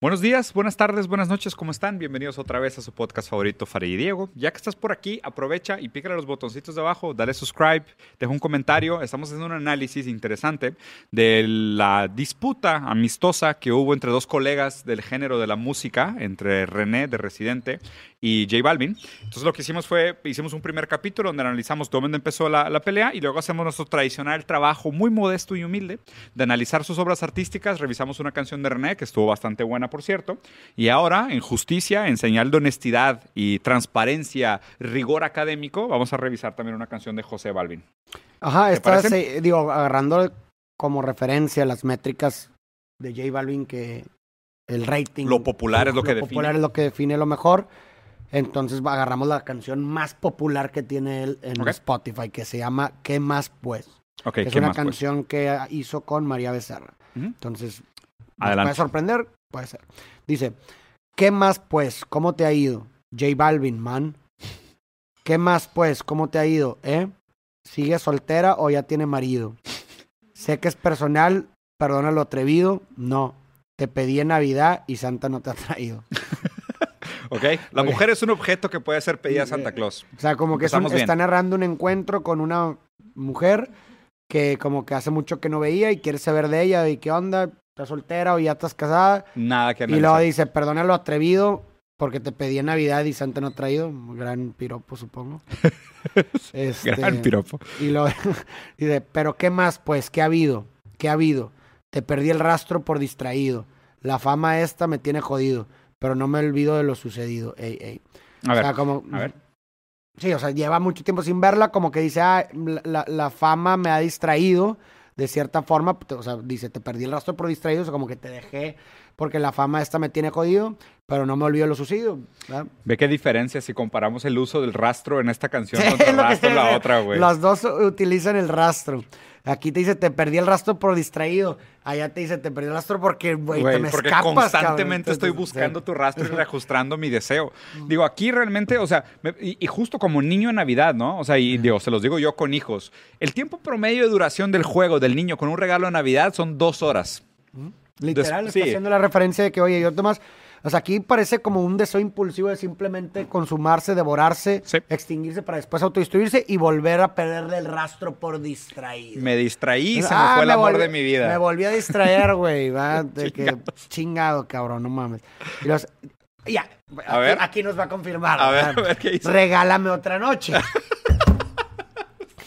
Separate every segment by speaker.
Speaker 1: Buenos días, buenas tardes, buenas noches, ¿cómo están? Bienvenidos otra vez a su podcast favorito, Farid y Diego. Ya que estás por aquí, aprovecha y pícale los botoncitos de abajo, dale subscribe, deja un comentario. Estamos haciendo un análisis interesante de la disputa amistosa que hubo entre dos colegas del género de la música, entre René de Residente y J Balvin. Entonces lo que hicimos fue, hicimos un primer capítulo donde analizamos dónde empezó la, la pelea y luego hacemos nuestro tradicional trabajo muy modesto y humilde de analizar sus obras artísticas. Revisamos una canción de René que estuvo bastante buena por cierto. Y ahora, en justicia, en señal de honestidad y transparencia, rigor académico, vamos a revisar también una canción de José Balvin.
Speaker 2: Ajá,
Speaker 1: ¿Te
Speaker 2: estás,
Speaker 1: parece?
Speaker 2: eh, digo, agarrando como referencia las métricas de J Balvin que el rating.
Speaker 1: Lo popular es lo que
Speaker 2: Lo
Speaker 1: define.
Speaker 2: popular es lo que define lo mejor. Entonces va- agarramos la canción más popular que tiene él en
Speaker 1: Ok.
Speaker 2: Spotify, que se llama ¿Qué más pues?
Speaker 1: Ok,
Speaker 2: que es
Speaker 1: ¿qué
Speaker 2: una
Speaker 1: más, pues?
Speaker 2: canción que hizo con María Becerra.
Speaker 1: Ujú.
Speaker 2: Entonces, nos
Speaker 1: Adelante.
Speaker 2: puede sorprender, puede ser. Dice, ¿qué más pues? ¿Cómo te ha ido? J Balvin, man. ¿Qué más pues? ¿Cómo te ha ido? ¿Eh? ¿Sigue soltera o ya tiene marido? Sé que es personal, perdona lo atrevido. No, te pedí en Navidad y Santa no te ha traído.
Speaker 1: Ok, la
Speaker 2: Ok.
Speaker 1: mujer es un objeto que puede ser pedida a Santa
Speaker 2: Eh,
Speaker 1: Claus.
Speaker 2: O sea, como que es un-
Speaker 1: Empezamos bien.
Speaker 2: está narrando un encuentro con una mujer que como que hace mucho que no veía y quiere saber de ella y qué onda, estás soltera o ya estás casada.
Speaker 1: Nada que
Speaker 2: Y luego
Speaker 1: analizar.
Speaker 2: dice, perdona lo atrevido, porque te pedí en Navidad y Santa no ha traído. Un Gran piropo, supongo. Este,
Speaker 1: Gran piropo.
Speaker 2: Y luego dice, pero ¿qué más? Pues, ¿qué ha habido? ¿Qué ha habido? Te perdí el rastro por distraído. La fama esta me tiene jodido, pero no me olvido de lo sucedido. Ey, ey.
Speaker 1: A ver,
Speaker 2: o sea, como...
Speaker 1: a ver.
Speaker 2: Sí, o sea, lleva mucho tiempo sin verla, como que dice, ah, la, la- la fama me ha distraído, de cierta forma, te- o sea, dice, te perdí el rastro por distraído, o sea, como que te dejé, porque la fama esta me tiene jodido, pero no me olvido lo sucedido. ¿verdad?
Speaker 1: ve qué diferencia si comparamos el uso del rastro en esta canción
Speaker 2: Sí,
Speaker 1: contra
Speaker 2: es
Speaker 1: el rastro
Speaker 2: lo que
Speaker 1: en
Speaker 2: te
Speaker 1: la
Speaker 2: decía.
Speaker 1: otra, güey.
Speaker 2: Los dos utilizan el rastro. Aquí te dice, te perdí el rastro por distraído. Allá te dice, te perdí el rastro porque, güey, te
Speaker 1: Güey,
Speaker 2: me
Speaker 1: porque
Speaker 2: escapas, cabrón".
Speaker 1: constantemente estoy
Speaker 2: Entonces,
Speaker 1: buscando
Speaker 2: sí.
Speaker 1: tu rastro y reajustando mi deseo. Digo, aquí realmente, o sea, me- y, y justo como niño en Navidad, ¿no? O sea, y digo, se los digo yo con hijos. El tiempo promedio de duración del juego del niño con un regalo de Navidad son dos horas.
Speaker 2: Literal,
Speaker 1: Des-
Speaker 2: está
Speaker 1: sí.
Speaker 2: haciendo la referencia de que, oye, yo más O sea, aquí parece como un deseo impulsivo de simplemente consumarse, devorarse,
Speaker 1: Sí.
Speaker 2: extinguirse para después autodestruirse y volver a perderle el rastro por distraído.
Speaker 1: Me distraí, se
Speaker 2: Ah,
Speaker 1: me fue el amor
Speaker 2: volví-
Speaker 1: de mi vida.
Speaker 2: Me volví a distraer, güey. va, de que- chingado, cabrón, no mames. Y los- ya, aquí,
Speaker 1: ver.
Speaker 2: aquí nos va a confirmar.
Speaker 1: A ver,
Speaker 2: ¿verdad?
Speaker 1: a ver qué dice.
Speaker 2: Regálame otra noche.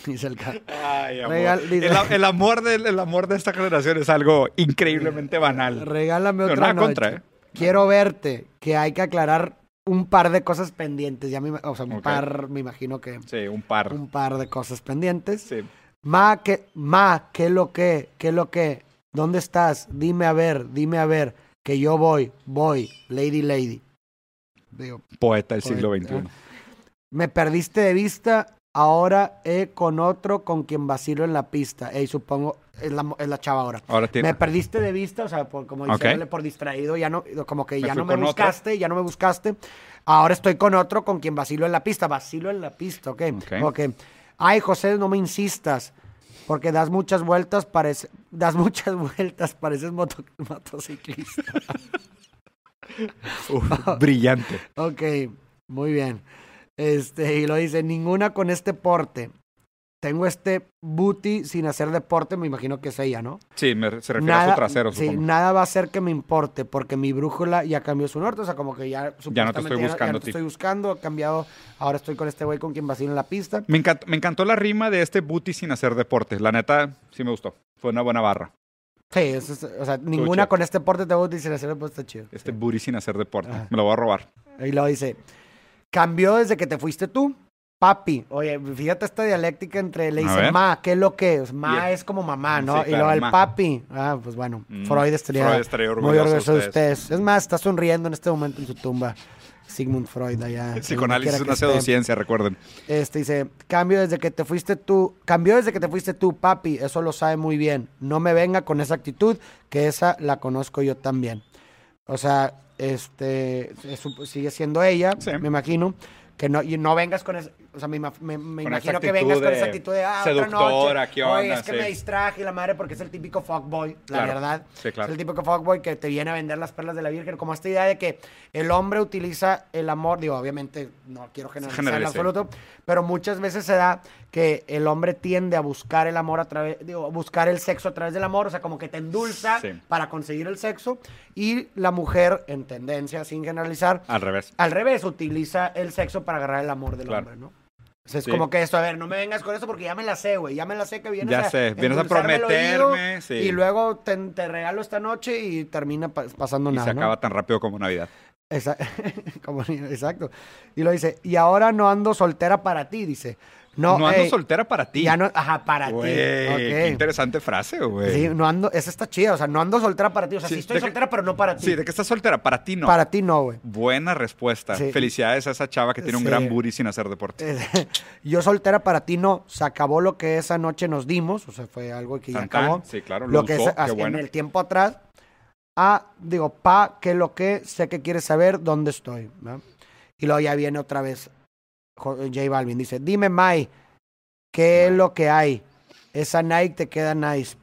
Speaker 2: dice el ca-
Speaker 1: Ay, amor.
Speaker 2: Regal-
Speaker 1: el, el amor de, el amor de esta generación es algo increíblemente banal.
Speaker 2: Regálame
Speaker 1: Pero
Speaker 2: otra
Speaker 1: nada
Speaker 2: noche.
Speaker 1: contra, ¿eh?
Speaker 2: Quiero verte, que hay que aclarar un par de cosas pendientes. Ya me ima- o sea, un
Speaker 1: Ok.
Speaker 2: par, me imagino que
Speaker 1: Sí, un par.
Speaker 2: un par de cosas pendientes.
Speaker 1: Sí.
Speaker 2: Ma, que, ma, ¿qué lo que? ¿Qué lo que? ¿Dónde estás? Dime a ver, dime a ver, que yo voy, voy, lady, lady. Digo,
Speaker 1: Poeta del
Speaker 2: Poeta.
Speaker 1: siglo XXI.
Speaker 2: me perdiste de vista, ahora he con otro con quien vacilo en la pista. Ey, supongo, es la, mo- es la chava ahora.
Speaker 1: Ahora tiene.
Speaker 2: Me perdiste de vista, o sea, por, como
Speaker 1: Ok.
Speaker 2: diciéndole por distraído, ya no, como que
Speaker 1: Me
Speaker 2: ya
Speaker 1: fui
Speaker 2: no me
Speaker 1: con otro.
Speaker 2: buscaste, ya no me buscaste. Ahora estoy con otro con quien vacilo en la pista, vacilo en la pista, ok.
Speaker 1: Ok.
Speaker 2: Ok. Ay, José, no me insistas, porque das muchas vueltas, parece, das muchas vueltas, pareces moto- motociclista.
Speaker 1: Uf, brillante.
Speaker 2: Ok, muy bien. Este, y lo dice, ninguna con este porte. Tengo este booty sin hacer deporte, me imagino que es ella, ¿no?
Speaker 1: Sí, me- se refiere a su trasero,
Speaker 2: sí,
Speaker 1: supongo.
Speaker 2: nada va a hacer que me importe porque mi brújula ya cambió su norte. O sea, como que ya supuestamente
Speaker 1: estoy
Speaker 2: ya-
Speaker 1: buscando
Speaker 2: ya
Speaker 1: a
Speaker 2: no
Speaker 1: ti.
Speaker 2: te estoy buscando, ha cambiado. Ahora estoy con este güey con quien vacilo en la pista.
Speaker 1: Me, encant- me encantó la rima de este booty sin hacer deportes. La neta, sí me gustó. Fue una buena barra.
Speaker 2: Sí, eso es- o sea, ninguna
Speaker 1: chido.
Speaker 2: con este porte te voy a utilizar. Hacer, pues está chido.
Speaker 1: Este booty sin hacer deporte.
Speaker 2: Ajá.
Speaker 1: Me lo voy a robar.
Speaker 2: Y luego dice, cambió desde que te fuiste tú. Papi, oye, fíjate esta dialéctica entre le
Speaker 1: A
Speaker 2: dice
Speaker 1: ver.
Speaker 2: ma, ¿qué es lo que es? Ma
Speaker 1: Bien.
Speaker 2: es como mamá, ¿no?
Speaker 1: Sí,
Speaker 2: y luego
Speaker 1: claro,
Speaker 2: el
Speaker 1: ma.
Speaker 2: papi, ah, pues bueno,
Speaker 1: Mm,
Speaker 2: Freud estaría,
Speaker 1: Freud estaría
Speaker 2: muy
Speaker 1: orgulloso de
Speaker 2: orgulloso de
Speaker 1: ustedes.
Speaker 2: ustedes. Es más, está sonriendo en este momento en su tumba. Sigmund Freud allá. en
Speaker 1: Psicoanálisis es
Speaker 2: donde
Speaker 1: una
Speaker 2: quiera que esté.
Speaker 1: pseudociencia, recuerden.
Speaker 2: Este dice, cambio desde que te fuiste tú, cambió desde que te fuiste tú, papi, eso lo sabe muy bien. No me venga con esa actitud, que esa la conozco yo también. O sea, este es su- sigue siendo ella,
Speaker 1: Sí.
Speaker 2: me imagino. Que no, y no vengas con esa, o sea, me, ima- me- me
Speaker 1: Con esa
Speaker 2: imagino que
Speaker 1: actitud
Speaker 2: vengas con
Speaker 1: de
Speaker 2: esa actitud de, ah, otra
Speaker 1: seductora,
Speaker 2: noche.
Speaker 1: ¿qué
Speaker 2: Oye,
Speaker 1: onda?
Speaker 2: es que
Speaker 1: Sí.
Speaker 2: me distraje la madre porque es el típico fuckboy, la
Speaker 1: Claro.
Speaker 2: verdad.
Speaker 1: Sí, claro.
Speaker 2: Es el típico fuckboy que te viene a vender las perlas de la Virgen, como esta idea de que el hombre utiliza el amor, digo, obviamente no quiero generalizar en
Speaker 1: Generalice.
Speaker 2: absoluto, pero muchas veces se da que el hombre tiende a buscar el amor a través, digo, a buscar el sexo a través del amor, o sea, como que te endulza
Speaker 1: Sí.
Speaker 2: para conseguir el sexo y la mujer, en tendencia, sin generalizar,
Speaker 1: Al revés.
Speaker 2: al revés, utiliza el sexo para agarrar el amor del
Speaker 1: Claro.
Speaker 2: hombre, ¿no? O sea, es
Speaker 1: Sí.
Speaker 2: como que esto, a ver, no me vengas con eso porque ya me la sé, güey. Ya me la sé que vienes
Speaker 1: Ya
Speaker 2: a
Speaker 1: sé, vienes a
Speaker 2: endulzarme el oído
Speaker 1: prometerme, sí.
Speaker 2: Y luego te, te regalo esta noche y termina pa- pasando
Speaker 1: Y
Speaker 2: nada.
Speaker 1: se
Speaker 2: ¿no?
Speaker 1: acaba tan rápido como Navidad.
Speaker 2: Esa- como- exacto. Y lo dice, y ahora no ando soltera para ti, dice. No,
Speaker 1: No, ando
Speaker 2: ey,
Speaker 1: soltera para ti.
Speaker 2: Ya no, ajá, para ti.
Speaker 1: Güey, qué
Speaker 2: ok.
Speaker 1: interesante frase, güey.
Speaker 2: Sí, no ando, esa está chida, o sea, no ando soltera para ti, o sea,
Speaker 1: Sí,
Speaker 2: sí
Speaker 1: de
Speaker 2: estoy
Speaker 1: que-
Speaker 2: soltera, pero no para ti.
Speaker 1: Sí, de que estás soltera, para ti no.
Speaker 2: Para ti no, güey.
Speaker 1: Buena respuesta.
Speaker 2: Sí.
Speaker 1: Felicidades a esa chava que tiene un
Speaker 2: Sí.
Speaker 1: gran booty sin hacer deporte.
Speaker 2: Eh, Yo soltera para ti no, se acabó lo que esa noche nos dimos, o sea, fue algo que ya
Speaker 1: Tan, tan.
Speaker 2: acabó.
Speaker 1: Sí, claro, lo
Speaker 2: lo que
Speaker 1: usó,
Speaker 2: es,
Speaker 1: qué
Speaker 2: en
Speaker 1: bueno.
Speaker 2: el tiempo atrás. Ah, digo, pa, que lo que sé que quieres saber dónde estoy. ¿no? Y luego ya viene otra vez Jo- J Balvin, dice, dime Mai, ¿qué es lo que hay? Esa Nike te queda nice.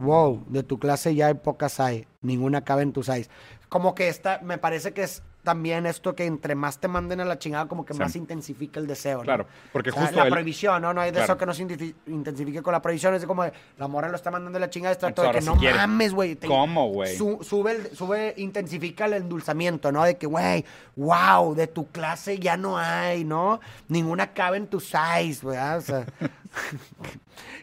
Speaker 2: Wow, de tu clase ya hay pocas hay, ninguna cabe en tus eyes. Como que esta, me parece que es también esto que entre más te manden a la chingada, como que
Speaker 1: Sí.
Speaker 2: más intensifica el deseo. ¿no?
Speaker 1: Claro, porque
Speaker 2: O sea,
Speaker 1: justo
Speaker 2: la
Speaker 1: él-
Speaker 2: prohibición, ¿no? No hay de
Speaker 1: Claro.
Speaker 2: eso que no se inti- intensifique con la prohibición. Es como de, la mora lo está mandando la chingada. Es trato de que
Speaker 1: Entonces,
Speaker 2: no
Speaker 1: ahora sí quiere.
Speaker 2: mames, güey. te-
Speaker 1: ¿Cómo, güey?
Speaker 2: su- sube, el- sube, intensifica el endulzamiento, ¿no? De que, güey, wow, de tu clase ya no hay, ¿no? Ninguna cabe en tu size, güey. ah, O sea.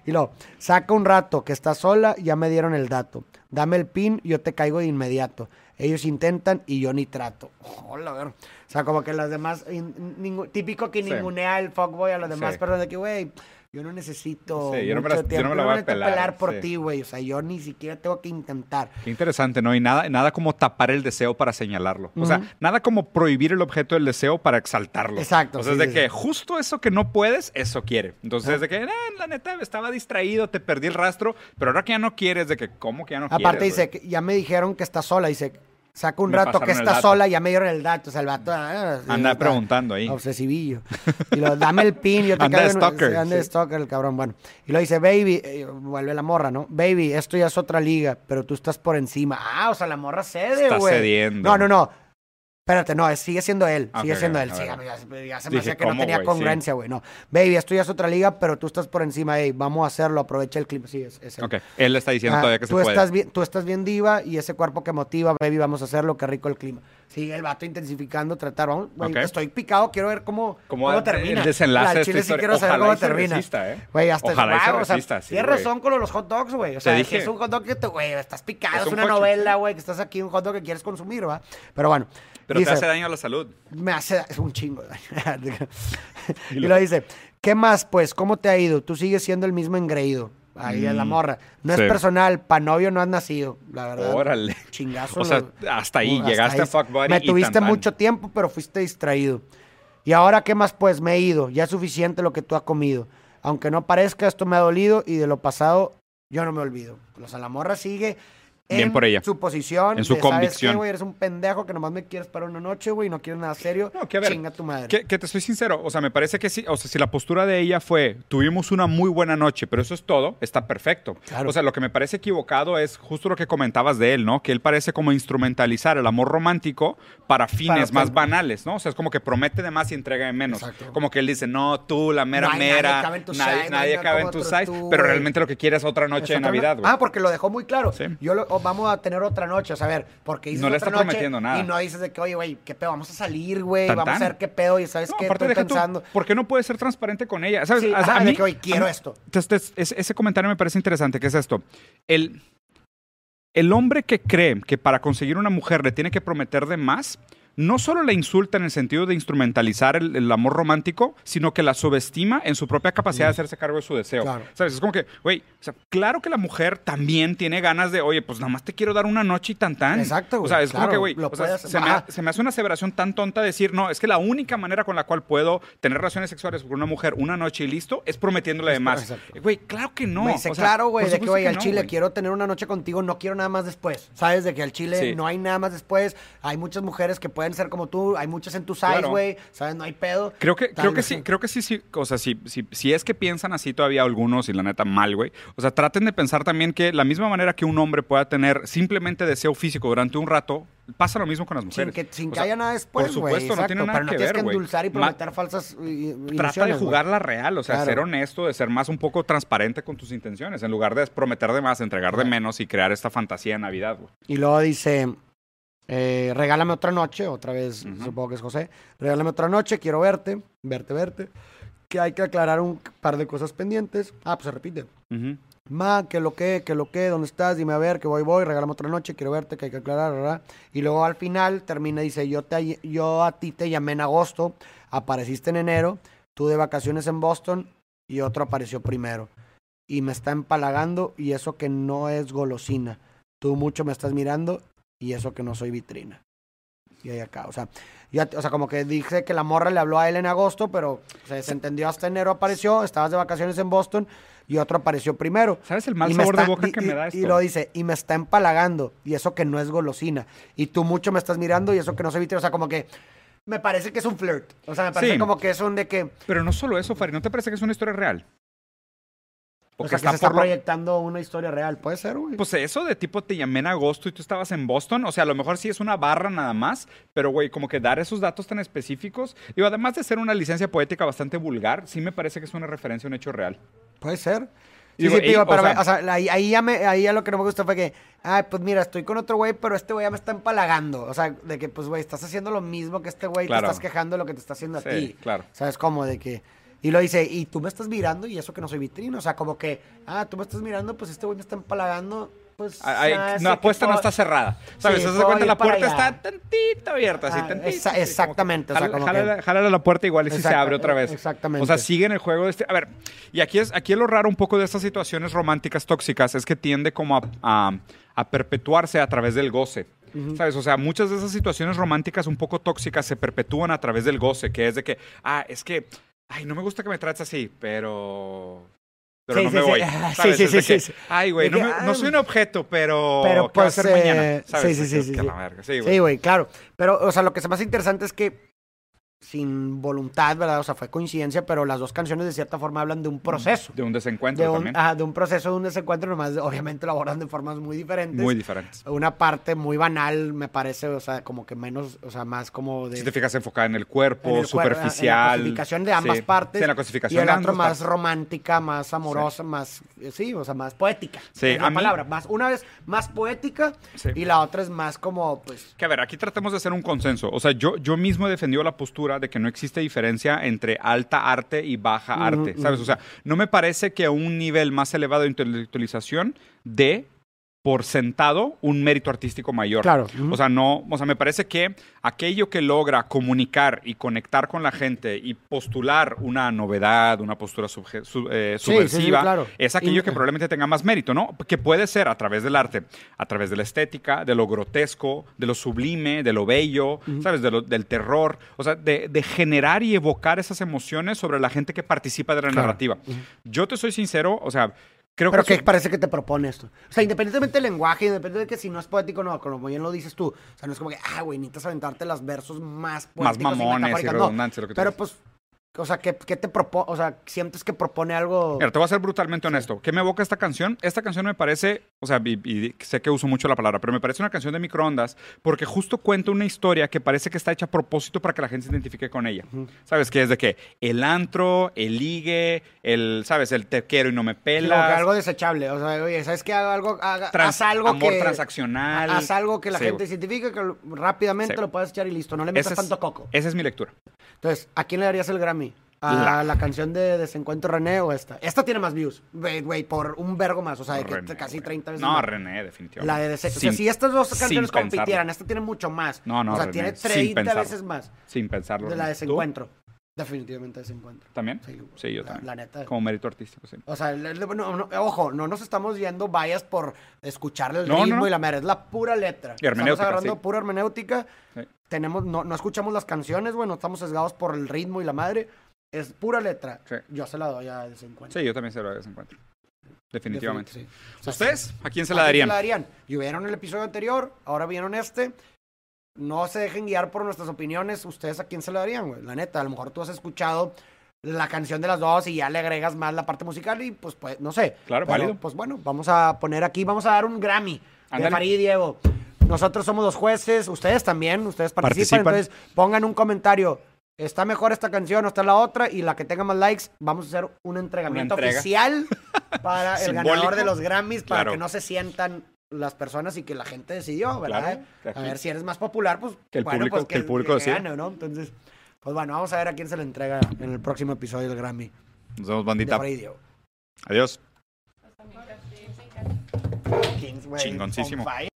Speaker 2: y luego, saca un rato que estás sola, ya me dieron el dato. Dame el pin, yo te caigo de inmediato. Ellos intentan y yo ni trato. Hola, a ver. O sea, como que las demás. in- ningú- típico que
Speaker 1: Sí.
Speaker 2: ningunea el fuckboy a las demás
Speaker 1: Sí.
Speaker 2: personas de que, güey, yo no necesito.
Speaker 1: Sí, yo no me
Speaker 2: mucho
Speaker 1: las- yo no
Speaker 2: tiempo,
Speaker 1: me la voy a
Speaker 2: necesito
Speaker 1: pelar,
Speaker 2: por
Speaker 1: sí.
Speaker 2: ti, güey. O sea, yo ni siquiera tengo que intentar.
Speaker 1: Qué interesante, ¿no? Y nada, nada como tapar el deseo para señalarlo. O sea,
Speaker 2: Ujú.
Speaker 1: nada como prohibir el objeto del deseo para exaltarlo.
Speaker 2: Exacto,
Speaker 1: O sea,
Speaker 2: sí,
Speaker 1: es de
Speaker 2: sí,
Speaker 1: que
Speaker 2: sí.
Speaker 1: justo eso que no puedes, eso quiere. Entonces, es de que, "Ah, la neta, estaba distraído, te perdí el rastro, pero ahora que ya no quieres, de que, ¿cómo que ya no quieres?
Speaker 2: Aparte
Speaker 1: güey?"
Speaker 2: dice, que ya me dijeron que está sola, dice, saca un
Speaker 1: Me
Speaker 2: rato
Speaker 1: pasaron
Speaker 2: que
Speaker 1: el
Speaker 2: está
Speaker 1: dato.
Speaker 2: sola, ya me dieron el dato, o sea, el vato ah, sí,
Speaker 1: Anda
Speaker 2: está
Speaker 1: preguntando
Speaker 2: Ah,
Speaker 1: ahí.
Speaker 2: Obsesivillo. pues, Y lo, dame el pin, yo te
Speaker 1: Anda
Speaker 2: caigo en-
Speaker 1: stalker,
Speaker 2: sí, Anda
Speaker 1: sí.
Speaker 2: stalker, el cabrón, bueno. Y lo dice, baby, eh, vuelve la morra, ¿no? Baby, esto ya es otra liga, pero tú estás por encima. Ah, o sea, la morra cede,
Speaker 1: Está
Speaker 2: güey.
Speaker 1: cediendo.
Speaker 2: No, no, no. Espérate, no, es- sigue siendo él,
Speaker 1: Ah,
Speaker 2: sigue
Speaker 1: ok,
Speaker 2: siendo
Speaker 1: ok,
Speaker 2: él.
Speaker 1: a
Speaker 2: Sí,
Speaker 1: ver.
Speaker 2: ya, ya se me
Speaker 1: Dije,
Speaker 2: hacía que no
Speaker 1: ¿cómo,
Speaker 2: tenía
Speaker 1: güey? Sí.
Speaker 2: congruencia, güey, no. Baby, esto ya es otra liga, pero tú estás por encima, ey, vamos a hacerlo, aprovecha el clip. Sí, es, es él.
Speaker 1: Ok, él le está diciendo
Speaker 2: Ah,
Speaker 1: todavía que se
Speaker 2: tú
Speaker 1: puede.
Speaker 2: estás bien, tú estás bien diva y ese cuerpo que motiva, baby, vamos a hacerlo, qué rico el clima. Sí, el vato intensificando, tratar, vamos, güey,
Speaker 1: Ok.
Speaker 2: estoy picado, quiero ver cómo,
Speaker 1: Cómo
Speaker 2: cómo
Speaker 1: el
Speaker 2: termina.
Speaker 1: desenlace
Speaker 2: Al
Speaker 1: de esta
Speaker 2: chile sí
Speaker 1: historia.
Speaker 2: quiero saber
Speaker 1: Ojalá y
Speaker 2: cómo
Speaker 1: se
Speaker 2: termina.
Speaker 1: resista, ¿eh?
Speaker 2: Güey, hasta
Speaker 1: Ojalá y se
Speaker 2: guau, o sea,
Speaker 1: resista, sí,
Speaker 2: tienes
Speaker 1: güey.
Speaker 2: razón con lo de los hot dogs, güey. O sea,
Speaker 1: dije.
Speaker 2: que es un hot dog que te, güey, estás picado,
Speaker 1: Es
Speaker 2: es,
Speaker 1: un
Speaker 2: una
Speaker 1: hot-
Speaker 2: novela, güey, que estás aquí un hot dog que quieres consumir, ¿va? Pero bueno,
Speaker 1: Pero
Speaker 2: dice-
Speaker 1: te hace daño a la salud.
Speaker 2: me hace es un chingo. de daño. y lo dice, ¿qué más pues? ¿Cómo te ha ido? Tú sigues siendo el mismo engreído. Ahí es la morra. No
Speaker 1: sí.
Speaker 2: es personal, pa' novio no has nacido, la verdad.
Speaker 1: Órale.
Speaker 2: Chingazo.
Speaker 1: O sea,
Speaker 2: lo- uh,
Speaker 1: hasta ahí, llegaste a fuck buddy
Speaker 2: Me
Speaker 1: y tan,
Speaker 2: tuviste
Speaker 1: tan.
Speaker 2: mucho tiempo, pero fuiste distraído. Y ahora, ¿qué más pues? Me he ido. Ya es suficiente lo que tú has comido. Aunque no parezca, esto me ha dolido y de lo pasado yo no me olvido. O sea, la morra sigue
Speaker 1: Bien por ella.
Speaker 2: su posición,
Speaker 1: En su
Speaker 2: de, "¿Sabes qué,
Speaker 1: convicción".
Speaker 2: güey? Eres un pendejo que nomás me quieres para una noche, güey, y no quieres nada serio.
Speaker 1: No, que a ver,
Speaker 2: Chinga tu madre.
Speaker 1: Que, que te soy sincero, o sea, me parece que sí, o sea, si la postura de ella fue, tuvimos una muy buena noche, pero eso es todo, está perfecto.
Speaker 2: Claro.
Speaker 1: O sea, lo que me parece equivocado es justo lo que comentabas de él, ¿no? Que él parece como instrumentalizar el amor romántico para fines
Speaker 2: Para-
Speaker 1: más banales, ¿no? O sea, es como que promete de más y entrega de menos.
Speaker 2: Exacto.
Speaker 1: Como que él dice, no, tú, la mera
Speaker 2: No hay- nadie
Speaker 1: mera,
Speaker 2: cabe en tu
Speaker 1: nadie,
Speaker 2: size, no hay
Speaker 1: nadie
Speaker 2: nada
Speaker 1: cabe en
Speaker 2: como
Speaker 1: tu
Speaker 2: otro
Speaker 1: size,
Speaker 2: tú,
Speaker 1: pero
Speaker 2: güey.
Speaker 1: realmente lo que quiere es otra noche de
Speaker 2: Esa otra
Speaker 1: Navidad,
Speaker 2: no-
Speaker 1: güey.
Speaker 2: Ah, porque lo dejó muy claro.
Speaker 1: Sí.
Speaker 2: Yo lo, o vamos a tener otra noche, o sea, a ver, porque dices
Speaker 1: No le
Speaker 2: otra
Speaker 1: está
Speaker 2: noche
Speaker 1: prometiendo nada.
Speaker 2: Y no dices de que, oye, güey, qué pedo, vamos a salir, güey,
Speaker 1: Tan,
Speaker 2: vamos
Speaker 1: tan.
Speaker 2: a ver qué pedo, y sabes
Speaker 1: No,
Speaker 2: qué,
Speaker 1: aparte
Speaker 2: estoy
Speaker 1: deja tú,
Speaker 2: pensando.
Speaker 1: ¿Por qué no puedes ser transparente con ella? ¿Sabes?
Speaker 2: Sí,
Speaker 1: O sea,
Speaker 2: ajá, de que, "Oye, quiero
Speaker 1: a mí-
Speaker 2: esto".
Speaker 1: Entonces, entonces, ese, ese comentario me parece interesante, que es esto. El, el hombre que cree que para conseguir una mujer le tiene que prometer de más, no solo la insulta en el sentido de instrumentalizar el, el amor romántico, sino que la subestima en su propia capacidad de hacerse cargo de su deseo.
Speaker 2: Claro.
Speaker 1: ¿Sabes? Es como que, güey, o sea, claro que la mujer también tiene ganas de, oye, pues nada más te quiero dar una noche y tan tan.
Speaker 2: Exacto,
Speaker 1: O
Speaker 2: güey,
Speaker 1: sea, es como
Speaker 2: claro,
Speaker 1: que, güey,
Speaker 2: lo
Speaker 1: o sea,
Speaker 2: puedes-
Speaker 1: se, me,
Speaker 2: ajá.
Speaker 1: se me hace una aseveración tan tonta decir, no, es que la única manera con la cual puedo tener relaciones sexuales con una mujer una noche y listo es prometiéndole de más.
Speaker 2: exacto.
Speaker 1: Güey, claro que no.
Speaker 2: me dice,
Speaker 1: o sea,
Speaker 2: claro, güey,
Speaker 1: por
Speaker 2: de que,
Speaker 1: supuesto
Speaker 2: güey,
Speaker 1: que
Speaker 2: al
Speaker 1: no,
Speaker 2: Chile
Speaker 1: güey.
Speaker 2: quiero tener una noche contigo, no quiero nada más después. ¿Sabes? De que al Chile
Speaker 1: Sí.
Speaker 2: no hay nada más después. Hay muchas mujeres que pueden ser como tú, hay muchas en tu size,
Speaker 1: Claro.
Speaker 2: güey, ¿sabes? No hay pedo.
Speaker 1: Creo que,
Speaker 2: Tal
Speaker 1: creo que
Speaker 2: vez
Speaker 1: sí, creo que sí, sí. O sea, si, si, si es que piensan así todavía algunos y la neta mal, güey. O sea, traten de pensar también que la misma manera que un hombre pueda tener simplemente deseo físico durante un rato, pasa lo mismo con las
Speaker 2: Sin
Speaker 1: mujeres.
Speaker 2: que,
Speaker 1: O
Speaker 2: sin que
Speaker 1: sea,
Speaker 2: haya nada después,
Speaker 1: por
Speaker 2: güey.
Speaker 1: supuesto, no
Speaker 2: exacto,
Speaker 1: tiene nada
Speaker 2: pero no
Speaker 1: que
Speaker 2: tienes
Speaker 1: ver,
Speaker 2: que
Speaker 1: güey.
Speaker 2: endulzar y
Speaker 1: Ma-
Speaker 2: prometer falsas i- i-
Speaker 1: Trata de
Speaker 2: ilusiones, güey.
Speaker 1: jugar la real, o sea,
Speaker 2: Claro.
Speaker 1: ser honesto, de ser más un poco transparente con tus intenciones, en lugar de prometer de más, entregar de menos y crear esta fantasía de Navidad, güey.
Speaker 2: Y luego dice, eh, regálame otra noche, otra vez,
Speaker 1: Ujú.
Speaker 2: supongo que es José, regálame otra noche, quiero verte, verte, verte, que hay que aclarar un par de cosas pendientes. Ah, pues se repite.
Speaker 1: Ujú.
Speaker 2: Ma, que lo que, que lo que, ¿dónde estás? Dime a ver, que voy, voy, regálame otra noche, quiero verte, que hay que aclarar, ¿verdad? Y luego al final termina y dice, yo, te, yo a ti te llamé en agosto, apareciste en enero, tú de vacaciones en Boston y otro apareció primero. Y me está empalagando y eso que no es golosina. Tú mucho me estás mirando y eso que no soy vitrina. Y ahí acá, o sea, ya, o sea, como que dije que la morra le habló a él en agosto, pero se desentendió hasta enero apareció, estabas de vacaciones en Boston y otro apareció primero.
Speaker 1: ¿Sabes el mal
Speaker 2: Y me
Speaker 1: sabor
Speaker 2: está-
Speaker 1: de boca
Speaker 2: y-
Speaker 1: que
Speaker 2: y-
Speaker 1: me da esto?
Speaker 2: Y lo dice, y me está empalagando, y eso que no es golosina. Y tú mucho me estás mirando, y eso que no soy vitrina. O sea, como que me parece que es un flirt. O sea, me parece
Speaker 1: Sí.
Speaker 2: como que es un de que.
Speaker 1: Pero no solo eso, Fari, ¿no te parece que es una historia real?
Speaker 2: O
Speaker 1: Porque
Speaker 2: sea, que se está
Speaker 1: por lo-
Speaker 2: proyectando una historia real. Puede ser, güey.
Speaker 1: Pues eso de tipo te llamé en agosto y tú estabas en Boston, o sea, a lo mejor sí es una barra nada más, pero güey, como que dar esos datos tan específicos, digo, además de ser una licencia poética bastante vulgar, sí me parece que es una referencia a un hecho real.
Speaker 2: Puede ser. Sí,
Speaker 1: Digo,
Speaker 2: sí,
Speaker 1: ey,
Speaker 2: digo,
Speaker 1: o
Speaker 2: pero
Speaker 1: sea-
Speaker 2: o sea, la- ahí, ahí ya me, ahí ya lo que no me gustó fue que, ay, pues mira, estoy con otro güey, pero este güey ya me está empalagando. O sea, de que, pues, güey, estás haciendo lo mismo que este güey,
Speaker 1: Claro.
Speaker 2: te estás quejando de lo que te está haciendo
Speaker 1: Sí,
Speaker 2: a ti.
Speaker 1: claro.
Speaker 2: ¿Sabes cómo? De que. Y lo dice, y tú me estás mirando y eso que no soy vitrina. O sea, como que, ah, tú me estás mirando, pues este güey me está empalagando. Pues.
Speaker 1: Ay,
Speaker 2: ah,
Speaker 1: no,
Speaker 2: sé
Speaker 1: la
Speaker 2: que
Speaker 1: apuesta no
Speaker 2: puedo-
Speaker 1: está cerrada. ¿Sabes?
Speaker 2: Sí,
Speaker 1: Se hace
Speaker 2: puedo
Speaker 1: cuenta
Speaker 2: ir
Speaker 1: la
Speaker 2: para
Speaker 1: puerta
Speaker 2: allá.
Speaker 1: está tantito abierta, así,
Speaker 2: Ah,
Speaker 1: tantito. así,
Speaker 2: esa-
Speaker 1: como que
Speaker 2: exactamente, o sea,
Speaker 1: jala-
Speaker 2: como
Speaker 1: jálala-
Speaker 2: que-
Speaker 1: jálala la puerta igual y si se
Speaker 2: Exacta-
Speaker 1: abre otra vez.
Speaker 2: exactamente.
Speaker 1: O sea, siguen el juego de este. A ver, y aquí es, aquí es lo raro un poco de estas situaciones románticas tóxicas, es que tiende como a, a- a perpetuarse a través del goce. ¿Sabes? O sea, muchas de esas situaciones románticas un poco tóxicas se perpetúan a través del goce, que es de que, ah, es que, ay, no me gusta que me trates así, pero. Pero
Speaker 2: Sí,
Speaker 1: no
Speaker 2: sí,
Speaker 1: me
Speaker 2: sí.
Speaker 1: voy.
Speaker 2: Sí,
Speaker 1: ¿sabes?
Speaker 2: sí,
Speaker 1: Es de
Speaker 2: sí,
Speaker 1: que,
Speaker 2: sí, sí.
Speaker 1: Ay, güey, no,
Speaker 2: De que,
Speaker 1: me-
Speaker 2: ah,
Speaker 1: no soy un objeto, pero. ¿qué va
Speaker 2: Pero
Speaker 1: a
Speaker 2: pues.
Speaker 1: hacer mañana?
Speaker 2: eh,
Speaker 1: ¿Sabes?
Speaker 2: Sí,
Speaker 1: Que-
Speaker 2: sí, sí.
Speaker 1: que
Speaker 2: sí, sí.
Speaker 1: la verga. Sí, güey.
Speaker 2: Sí, güey, claro. Pero, o sea, lo que se me hace interesante es que sin voluntad, ¿verdad? O sea, fue coincidencia, pero las dos canciones de cierta forma hablan de un proceso.
Speaker 1: De un desencuentro
Speaker 2: De un, ah,
Speaker 1: también.
Speaker 2: ajá, de un proceso, de un desencuentro, nomás obviamente lo abordan de formas muy diferentes.
Speaker 1: Muy diferentes.
Speaker 2: una parte muy banal, me parece, o sea, como que menos, o sea, más como de...
Speaker 1: Si te fijas, enfocada en el cuerpo,
Speaker 2: en el cuerpo, en- En la
Speaker 1: superficial.
Speaker 2: cosificación de ambas
Speaker 1: Sí.
Speaker 2: partes.
Speaker 1: Sí, en la cosificación
Speaker 2: Y el
Speaker 1: de
Speaker 2: otro
Speaker 1: ambas
Speaker 2: más
Speaker 1: partes.
Speaker 2: romántica, más amorosa, más. eh, Sí, o sea, más poética.
Speaker 1: Sí,
Speaker 2: es la
Speaker 1: a mí-
Speaker 2: palabra. Más, una es más poética
Speaker 1: Sí.
Speaker 2: y la otra es más como, pues.
Speaker 1: Que a ver, aquí tratemos de hacer un consenso. O sea, yo, yo mismo he defendido la postura de que no existe diferencia entre alta arte y baja arte, ¿sabes? O sea, no me parece que a un nivel más elevado de intelectualización dé por sentado un mérito artístico mayor.
Speaker 2: Claro, ujú.
Speaker 1: O sea, no, o sea, me parece que aquello que logra comunicar y conectar con la gente y postular una novedad, una postura subje- su- eh,
Speaker 2: Sí, sí, sí,
Speaker 1: subversiva,
Speaker 2: claro.
Speaker 1: es aquello
Speaker 2: Y-
Speaker 1: que probablemente tenga más mérito, ¿no? Que puede ser a través del arte, a través de la estética, de lo grotesco, de lo sublime, de lo bello, ¿sabes? De lo- del terror, o sea, de, de generar y evocar esas emociones sobre la gente que participa de la narrativa. Yo te soy sincero, o sea, creo
Speaker 2: Pero
Speaker 1: que...
Speaker 2: que parece que te propone esto. O sea, independientemente del lenguaje, independientemente de que si no es poético, no, como bien lo dices tú. O sea, no es como que, ah, güey, necesitas aventarte los versos más poéticos. y
Speaker 1: mamones y
Speaker 2: metafóricos", no.
Speaker 1: redundantes, lo que tú
Speaker 2: Pero
Speaker 1: dices.
Speaker 2: pues, o sea, ¿qué, qué te propone? O sea, ¿sientes que propone algo?
Speaker 1: Mira, te voy a ser brutalmente honesto. ¿Qué me evoca esta canción? Esta canción me parece, o sea, y, y sé que uso mucho la palabra, pero me parece una canción de microondas porque justo cuenta una historia que parece que está hecha a propósito para que la gente se identifique con ella. ¿Sabes qué? Es de que el antro, el ligue, el, ¿sabes? El te quiero y no me
Speaker 2: Sí, como que
Speaker 1: pelas.
Speaker 2: algo desechable. O sea, oye, ¿sabes qué? Haga algo, haga,
Speaker 1: trans-
Speaker 2: haz algo
Speaker 1: amor
Speaker 2: que.
Speaker 1: transaccional.
Speaker 2: Haz algo que la
Speaker 1: Sí,
Speaker 2: gente
Speaker 1: güey.
Speaker 2: identifique, que lo- rápidamente
Speaker 1: Sí.
Speaker 2: lo puedas echar y listo. No le metas
Speaker 1: Esa es-
Speaker 2: tanto coco.
Speaker 1: Esa es mi lectura.
Speaker 2: Entonces, ¿a quién le darías el Grammy? ¿A
Speaker 1: La-
Speaker 2: la, canción de Desencuentro René o esta? Esta tiene más views. Güey, güey, por un vergo más. O sea, de que
Speaker 1: René,
Speaker 2: casi
Speaker 1: güey.
Speaker 2: 30 veces
Speaker 1: No,
Speaker 2: más.
Speaker 1: René, definitivamente.
Speaker 2: La de Desencuentro. O
Speaker 1: Sin-
Speaker 2: sea, si estas dos
Speaker 1: sin
Speaker 2: canciones
Speaker 1: pensarlo.
Speaker 2: compitieran, esta tiene mucho más.
Speaker 1: No, no,
Speaker 2: O sea,
Speaker 1: René,
Speaker 2: tiene
Speaker 1: sin
Speaker 2: 30
Speaker 1: pensarlo.
Speaker 2: veces más
Speaker 1: Sin pensarlo.
Speaker 2: de la
Speaker 1: René.
Speaker 2: Desencuentro. Definitivamente Desencuentro.
Speaker 1: ¿Tú también?
Speaker 2: Sí, güey.
Speaker 1: yo
Speaker 2: La-
Speaker 1: también.
Speaker 2: la neta.
Speaker 1: Como mérito artístico, sí.
Speaker 2: O sea, le- le- no, no, ojo, no nos estamos yendo vayas por escuchar el
Speaker 1: No, no,
Speaker 2: ritmo
Speaker 1: no.
Speaker 2: y la madre, es la pura letra.
Speaker 1: Y hermenéutica,
Speaker 2: estamos agarrando
Speaker 1: sí.
Speaker 2: pura hermenéutica.
Speaker 1: Sí.
Speaker 2: Tenemos, no, no escuchamos las canciones, güey, no estamos sesgados por el ritmo y la madre. Es pura letra.
Speaker 1: Sí.
Speaker 2: Yo se la doy a desencuentro.
Speaker 1: Sí, yo también se lo desencuentro. Definitivamente.
Speaker 2: Definit- sí. O sea,
Speaker 1: ¿Ustedes? ¿A quién
Speaker 2: sí.
Speaker 1: se la
Speaker 2: ¿A
Speaker 1: darían?
Speaker 2: quién Se la darían. Y vieron el episodio anterior, ahora vieron este. No se dejen guiar por nuestras opiniones. ¿Ustedes a quién se lo darían, güey? La neta, a lo mejor tú has escuchado la canción de las dos y ya le agregas más la parte musical y pues, pues no sé.
Speaker 1: Claro,
Speaker 2: Pero,
Speaker 1: válido.
Speaker 2: Pues bueno, vamos a poner aquí, vamos a dar un Grammy de
Speaker 1: Ándale.
Speaker 2: Farid y Diego. Nosotros somos los jueces, ustedes también, ustedes participan,
Speaker 1: Participan.
Speaker 2: entonces pongan un comentario. ¿Está mejor esta canción o está la otra? Y la que tenga más likes, vamos a hacer un entregamiento
Speaker 1: entrega.
Speaker 2: oficial para el ganador
Speaker 1: Simbólico.
Speaker 2: de los Grammys, para
Speaker 1: Claro.
Speaker 2: que no se sientan las personas y que la gente decidió, ¿verdad?
Speaker 1: Claro.
Speaker 2: A ver, si eres más popular, pues
Speaker 1: Que el
Speaker 2: bueno,
Speaker 1: público-
Speaker 2: pues,
Speaker 1: que el público decida.
Speaker 2: gane, ¿no? Entonces, pues bueno, vamos a ver a quién se le entrega en el próximo episodio del Grammy.
Speaker 1: Nos vemos,
Speaker 2: De
Speaker 1: bandita.
Speaker 2: por ahí, Diego.
Speaker 1: Adiós.
Speaker 2: Kings, güey,
Speaker 1: Chingoncísimo.
Speaker 2: on fire.